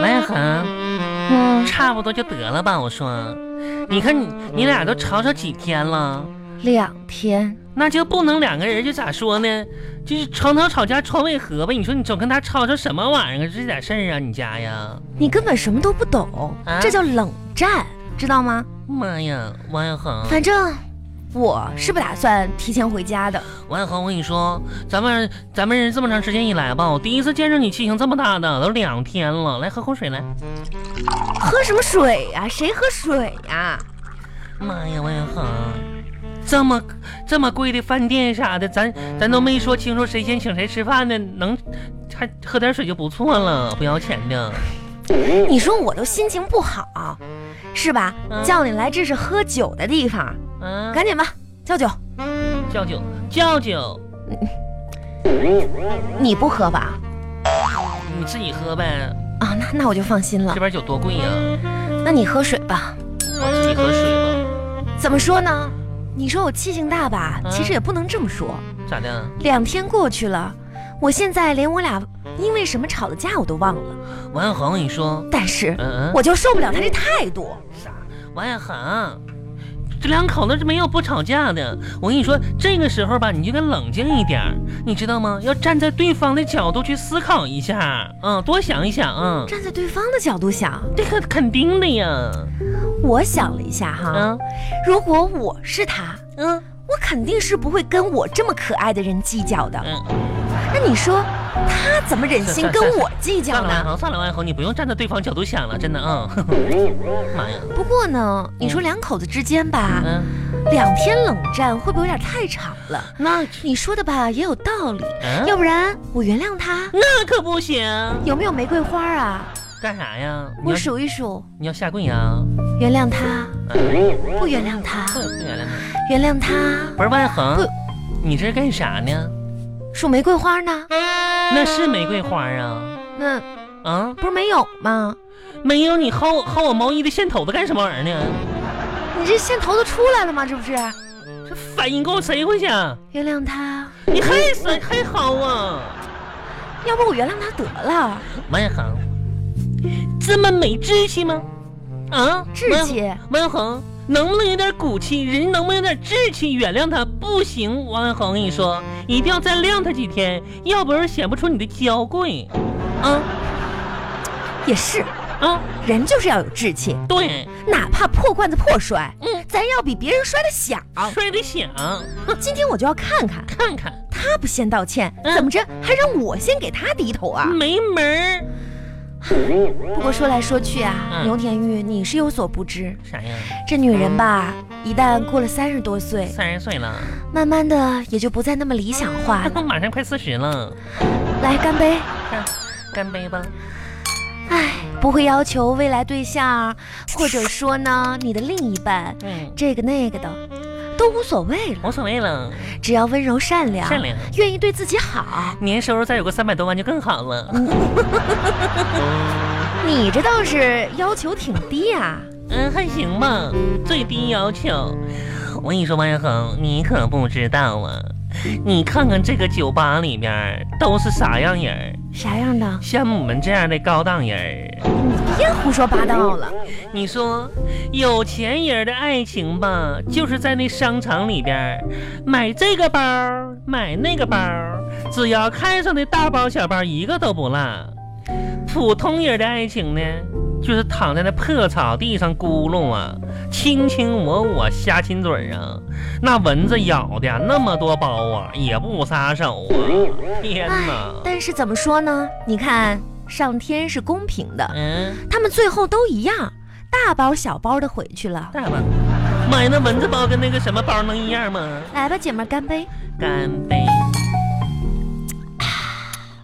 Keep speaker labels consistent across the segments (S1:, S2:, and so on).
S1: 南恒，
S2: 嗯，
S1: 差不多就得了吧？我说，你看你你俩都吵吵几天了，
S2: 两天，
S1: 那就不能两个人就咋说呢？就是床头吵架床尾和呗。你说你总跟他吵吵什么玩意儿啊？这点事儿啊，你家呀？
S2: 你根本什么都不懂，
S1: 啊
S2: 这叫冷战，知道吗？
S1: 妈呀，王小恒，
S2: 反正我是不打算提前回家的。
S1: 王小恒，我跟你说，咱们咱们认识这么长时间以来吧，我第一次见着你气性这么大的，都两天了。来喝口水来。
S2: 喝什么水呀、谁喝水呀、
S1: 妈呀，王小恒，这么这么贵的饭店啥的，咱咱都没说清楚谁先请谁吃饭呢，能还喝点水就不错了，不要钱的。
S2: 你说我都心情不好，是吧？
S1: 嗯
S2: 叫你来这是喝酒的地方，
S1: 嗯、
S2: 赶紧吧，叫酒。
S1: 叫酒叫酒，
S2: 你不喝吧？
S1: 你自己喝呗，
S2: 啊，那那我就放心了
S1: 这。边酒多贵呀、
S2: 那你喝水吧。
S1: 我自己喝水吧。
S2: 怎么说呢？你说我气性大吧？
S1: 嗯
S2: 其实也不能这么说。
S1: 咋的？
S2: 两天过去了，我现在连我俩因为什么吵的架我都忘了，
S1: 王小恒，你说，
S2: 但是
S1: 嗯、嗯，
S2: 我就受不了他这态度。
S1: 王小恒。这两口子是没有不吵架的，我跟你说，这个时候吧，你就该冷静一点儿，你知道吗？要站在对方的角度去思考一下，嗯，多想一想，嗯。
S2: 站在对方的角度想，
S1: 这个肯定的呀，
S2: 我想了一下哈，
S1: 嗯
S2: 如果我是他，
S1: 嗯
S2: 我肯定是不会跟我这么可爱的人计较的。
S1: 嗯，
S2: 那你说他怎么忍 心
S1: 算
S2: 跟
S1: 算
S2: 我计较
S1: 算了，万
S2: 呢？
S1: 恒，算了，万恒，你不用站在对方角度想了，真的啊，妈呀，
S2: 不过呢，你说两口子之间吧，
S1: 嗯，
S2: 两天冷战会不会有点太长了？
S1: 那
S2: 你说的吧也有道理，
S1: 嗯
S2: 要不然我原谅他。
S1: 那可不行，
S2: 有没有玫瑰花啊？
S1: 干啥呀？你
S2: 我
S1: 要
S2: 数一数，
S1: 你要下跪呀？
S2: 原谅他，
S1: 嗯
S2: 不原谅他，
S1: 不不原谅他，
S2: 原谅他。
S1: 不是万恒
S2: 不，
S1: 你这是干啥呢？
S2: 数玫瑰花呢？
S1: 那是玫瑰花啊
S2: 那
S1: 啊！
S2: 不是没有吗？
S1: 没有你薅薅我毛衣的线头子干什么玩意儿呢？
S2: 你这线头都出来了吗？这不是？
S1: 这反应给我塞回去啊！
S2: 原谅他，
S1: 你还塞还薅啊！
S2: 要不我原谅他得了。
S1: 王小恒，这么没志气吗？啊，
S2: 志气
S1: 王小恒，能不能有点骨气？人能不能有点志气？原谅他不行，王小恒，我跟你说，一定要再晾他几天，要不然显不出你的娇贵。啊
S2: 也是，
S1: 啊，
S2: 人就是要有志气，
S1: 对，
S2: 哪怕破罐子破摔，
S1: 嗯
S2: 咱要比别人摔得响。
S1: 摔得响，
S2: 今天我就要看看
S1: 看看
S2: 他不先道歉，
S1: 嗯
S2: 怎么着还让我先给他低头啊？
S1: 没门儿。
S2: 不过说来说去啊，
S1: 嗯
S2: 牛田玉，你是有所不知，
S1: 啥呀？
S2: 这女人吧，一旦过了三十多岁，
S1: 三十岁了，
S2: 慢慢的也就不再那么理想化了。
S1: 都马上快四十了，
S2: 来干杯！
S1: 干干杯吧！
S2: 唉，不会要求未来对象，或者说呢你的另一半，
S1: 嗯，
S2: 这个那个的，都无所谓了，
S1: 无所谓了，
S2: 只要温柔善良，
S1: 善良。
S2: 愿意对自己好。
S1: 年收入再有个三百多万就更好了。
S2: 你这倒是要求挺低啊，
S1: 嗯，还行吧，最低要求。我跟你说，王小恒，你可不知道啊！你看看这个酒吧里面儿都是啥样人儿，
S2: 啥样的？
S1: 像我们这样的高档人儿，
S2: 你别胡说八道了。
S1: 你说有钱人儿的爱情吧，就是在那商场里边儿买这个包儿，买那个包儿，只要看上的大包小包一个都不落。普通人的爱情呢，就是躺在那破草地上咕噜啊，卿卿我我瞎亲嘴儿啊，那蚊子咬的呀那么多包啊，也不撒手啊！天哪，
S2: 但是怎么说呢？你看，上天是公平的，
S1: 嗯，
S2: 他们最后都一样，大包小包的回去了。
S1: 大吧，妈呀，那蚊子包跟那个什么包能一样吗？
S2: 来吧，姐们儿，干杯！
S1: 干杯！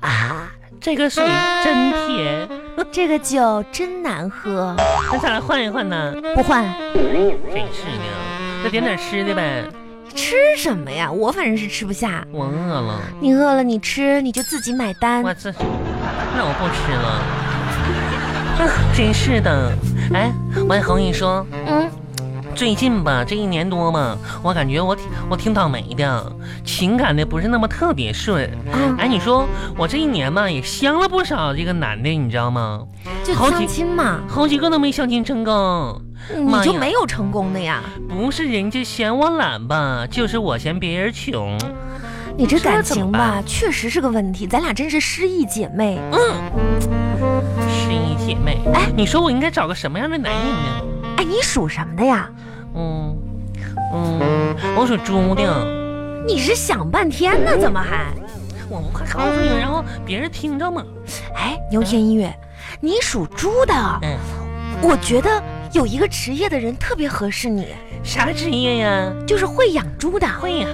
S1: 啊，这个水真甜，
S2: 这个酒真难喝，
S1: 那咱俩换一换呢？
S2: 不换，
S1: 真是的，再点点吃的呗，
S2: 吃什么呀？我反正是吃不下。
S1: 我饿了。
S2: 你饿了，你吃，你就自己买单。
S1: 我这，那我不吃了。啊，真是的。哎，王小红，你说
S2: 嗯，
S1: 最近吧，这一年多吧，我感觉我挺我挺倒霉的，情感的不是那么特别顺。
S2: 嗯
S1: 哎，你说我这一年吧，也相了不少这个男的，你知道吗？
S2: 就
S1: 好
S2: 相
S1: 几
S2: 亲嘛，
S1: 好几个都没相亲成功，
S2: 你
S1: 妈
S2: 就
S1: 呀
S2: 没有成功的呀？
S1: 不是人家嫌我懒吧，就是我嫌别人穷。
S2: 你这
S1: 这
S2: 感
S1: 怎么
S2: 情吧，确实是个问题，咱俩真是失忆姐妹。
S1: 失忆姐妹，
S2: 哎
S1: 你说我应该找个什么样的男人呢？
S2: 哎，你属什么的呀？
S1: 嗯嗯，我属猪的，
S2: 你是想半天呢，怎么还？
S1: 我不快告诉你，然后别人听着嘛。
S2: 哎，牛天音乐，你属猪的，
S1: 嗯，
S2: 我觉得有一个职业的人特别合适你，
S1: 啥职业呀？
S2: 就是会养猪的。
S1: 会呀、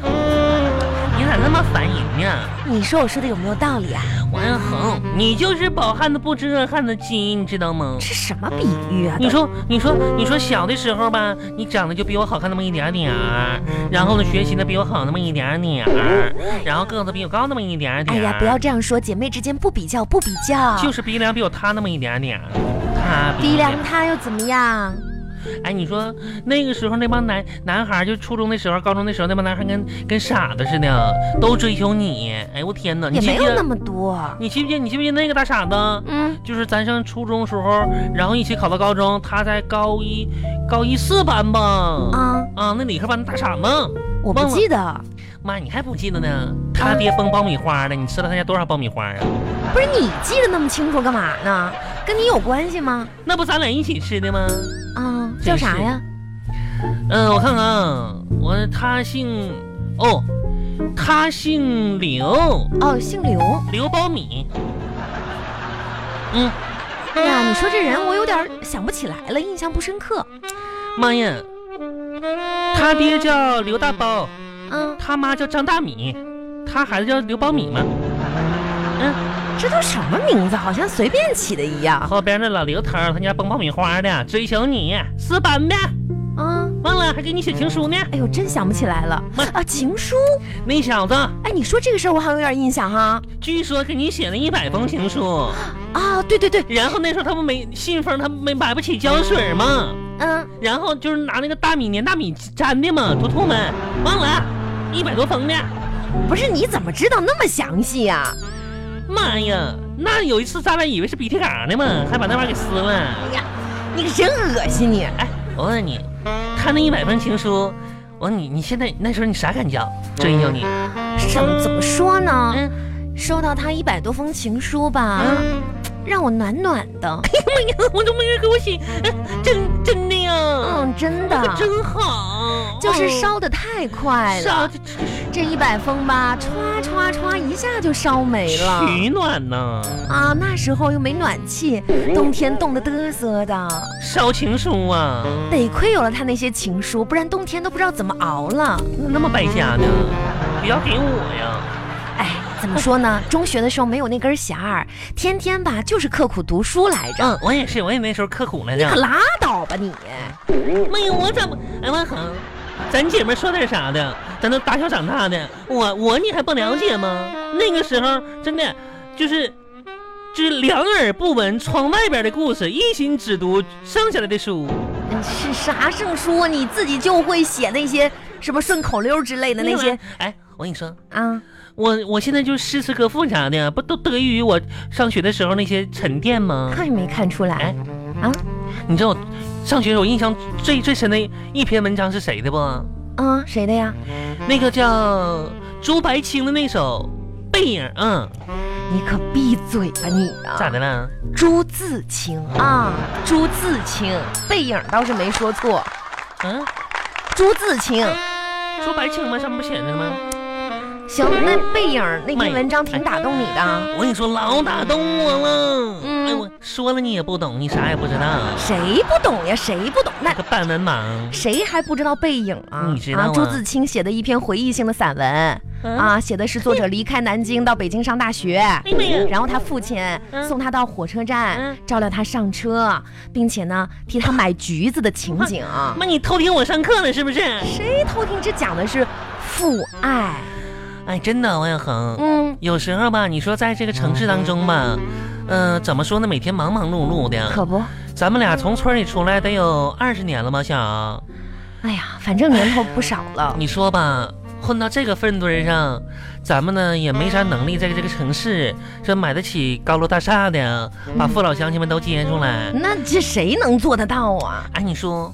S1: 你咋那么烦人呀？
S2: 你说我说的有没有道理啊？
S1: 王恒，你就是饱汉子不知饿汉子饥，你知道吗？
S2: 是什么比喻啊？
S1: 你说，你说，你说，小的时候吧，你长得就比我好看那么一点点儿，然后呢，学习呢比我好那么一点点儿，然后个子比我高那么一点
S2: 哎
S1: 点儿。
S2: 呀，不要这样说，姐妹之间不比较，不比较，
S1: 就是鼻梁比我塌那么一点点儿。他
S2: 鼻梁塌又怎么样？
S1: 哎，你说那个时候那帮男男孩儿，就初中的时候、高中的时候，那帮男孩儿跟跟傻子似的，都追求你。哎，我天哪！你
S2: 也
S1: 记
S2: 没
S1: 不
S2: 有
S1: 记
S2: 那
S1: 得？
S2: 么多。
S1: 你记不记得？你记不记得那个大傻子？
S2: 嗯，
S1: 就是咱上初中时候，然后一起考到高中，他在高一高一四班吧？啊
S2: 啊，
S1: 那理科班的大傻吗？
S2: 我不
S1: 忘了
S2: 记得，
S1: 妈，你还不记得呢？他爹崩爆米花了，你吃了他家多少爆米花啊？
S2: 不是你记得那么清楚干嘛呢？跟你有关系吗？
S1: 那不咱俩一起吃的吗？
S2: 啊，叫啥呀？
S1: 嗯、我看看啊，我他姓哦，他姓刘，
S2: 哦，姓刘。
S1: 刘苞米。嗯，
S2: 哎呀，你说这人我有点儿想不起来了，印象不深刻。
S1: 妈呀，他爹叫刘大包。
S2: 嗯，
S1: 他妈叫张大米，他孩子叫刘苞米嘛。嗯，
S2: 这都什么名字？好像随便起的一样。
S1: 后边那老刘头，他家崩爆米花的，追求你，四班的，
S2: 啊，
S1: 忘了还给你写情书呢。
S2: 哎呦，真想不起来了
S1: 妈
S2: 啊！情书，
S1: 那小子，
S2: 哎，你说这个事儿我好像有点印象哈、
S1: 据说给你写了一百封情书，
S2: 啊，对对对，
S1: 然后那时候他不没信封，他没买不起胶水嘛，
S2: 嗯，
S1: 然后就是拿那个大米粘大米粘的嘛，图图们忘了，一百多封呢。
S2: 不是，你怎么知道那么详细呀、
S1: 妈呀，那有一次咱俩以为是鼻涕嘎呢嘛，还把那玩意儿给撕了。
S2: 哎呀，你可真恶心你！
S1: 哎，我问你，他那一百封情书，我问你你现在那时候你啥感觉？追求你？
S2: 怎么怎么说呢？
S1: 嗯
S2: 收到他一百多封情书吧，
S1: 嗯，
S2: 让我暖暖的。
S1: 妈呀，我都没人给我写，哎真真的呀，
S2: 嗯，真的，
S1: 真好，
S2: 就是烧的太快
S1: 烧
S2: 了。
S1: 这这
S2: 这一百封吧，歘歘歘，一下就烧没了。
S1: 取暖呢，
S2: 啊，那时候又没暖气，
S1: 嗯
S2: 冬天冻得嘚瑟的，
S1: 烧情书啊，
S2: 得亏有了他那些情书，不然冬天都不知道怎么熬了。
S1: 那么败家呢，不要给我呀。
S2: 哎，怎么说 呢？中学的时候没有那根弦儿，天天吧就是刻苦读书来着。
S1: 嗯，我也是，我也那时候刻苦来着
S2: 可。拉倒吧你！
S1: 没有我怎么？哎，万恒，咱姐们说点啥的？咱都打小长大的，我我你还不了解吗？那个时候真的就是就是两耳不闻窗外边的故事，一心只读剩下来的书。
S2: 嗯是啥圣书啊？你自己就会写那些什么顺口溜之类的那些
S1: 哎，我跟你说，
S2: 啊？
S1: 我我现在就是诗词歌赋啥的，不都得益于我上学的时候那些沉淀吗？
S2: 看也没看出来
S1: 哎
S2: 啊？
S1: 你知道我上学的时候我印象最最深的一篇文章是谁的不？
S2: 啊，谁的呀？
S1: 那个叫朱白清的那首《背影》，嗯，
S2: 你可闭嘴吧你啊！
S1: 咋的？了？
S2: 朱自清啊，朱自清，背影倒是没说错，
S1: 嗯。
S2: 朱自清。
S1: 说白清吗？上面不写着呢吗？
S2: 行，那背影那
S1: 妈
S2: 篇
S1: 呀
S2: 文章挺打动你的啊。
S1: 我跟你说，老打动我了。
S2: 嗯
S1: 哎，我说了你也不懂，你啥也不知道，
S2: 谁不懂呀？谁不懂？那
S1: 个半文盲。
S2: 谁还不知道背影啊？
S1: 你知道
S2: 啊
S1: 吗
S2: 朱自清写的一篇回忆性的散文
S1: 嗯
S2: 啊，写的是作者离开南京到北京上大学
S1: 哎呀妈呀，
S2: 然后他父亲
S1: 嗯
S2: 送他到火车站
S1: 嗯，
S2: 照料他上车，并且呢替他买橘子的情景。啊
S1: 妈，你偷听我上课了是不是？
S2: 谁偷听这讲的是父爱？
S1: 哎，真的，王小恒，
S2: 嗯，
S1: 有时候吧，你说在这个城市当中吧，嗯、怎么说呢？每天忙忙碌碌的，
S2: 可不，
S1: 咱们俩从村里出来得有二十年了吧，小？
S2: 哎呀，反正年头不少了，
S1: 你说吧，混到这个份堆上，咱们呢也没啥能力在这个城市这买得起高楼大厦的，
S2: 嗯
S1: 把父老乡亲们都接出来。
S2: 那这谁能做得到啊？
S1: 哎，你说，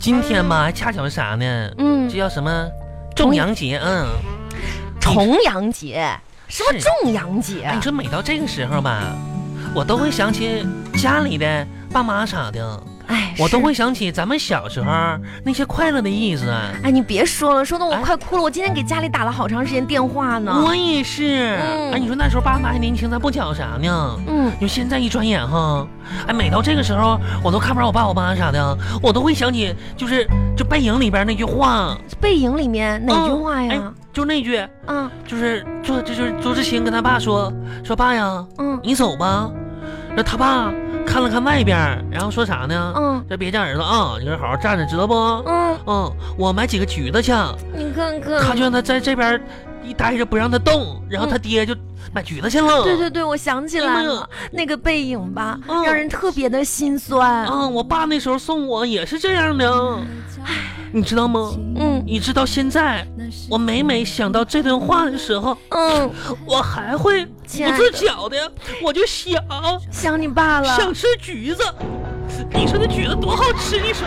S1: 今天吧，还恰巧是啥呢？
S2: 嗯
S1: 这，叫什么？重阳节，嗯。
S2: 哎重阳节，什么
S1: 是
S2: 重阳节
S1: 哎，你
S2: 啊？
S1: 说每到这个时候吧，我都会想起家里的爸妈啥的，
S2: 哎，
S1: 我都
S2: 是
S1: 会。想起咱们小时候那些快乐的日子。啊
S2: 哎，你别说了，说的我
S1: 哎
S2: 快哭了。我今天给家里打了好长时间电话呢。
S1: 我也是，
S2: 嗯
S1: 哎，你说那时候爸妈还年轻，咱不讲啥呢？
S2: 嗯，
S1: 你说现在一转眼哈，哎，每到这个时候，我都看不着我爸我妈啥的，我都会想起就是就背影里边那句话，
S2: 背影里面
S1: 哦
S2: 哪句话
S1: 哎
S2: 呀？
S1: 就那句，
S2: 啊，
S1: 就是就就是朱志清跟他爸说说爸呀，
S2: 嗯
S1: 你走吧。然后他爸看了看外边，然后说啥呢？
S2: 嗯
S1: 这别叫儿子啊，你搁这好好站着，知道不？
S2: 嗯，
S1: 嗯，我买几个橘子去，
S2: 你看
S1: 他
S2: 看
S1: 就。让他在这边一待着，不让他动，然后他爹就买橘子去了。
S2: 嗯
S1: 哎
S2: 对对对，我想起来了，那个背影吧，
S1: 嗯
S2: 让人特别的心酸。
S1: 啊，我爸那时候送我也是这样的，你知道吗？
S2: 嗯
S1: 你知道现在我每每想到这段话的时候，
S2: 嗯，
S1: 我还会不
S2: 亲爱的
S1: 自觉的，我就想
S2: 想你爸了。
S1: 想吃橘子。你说那橘子多好吃，你说？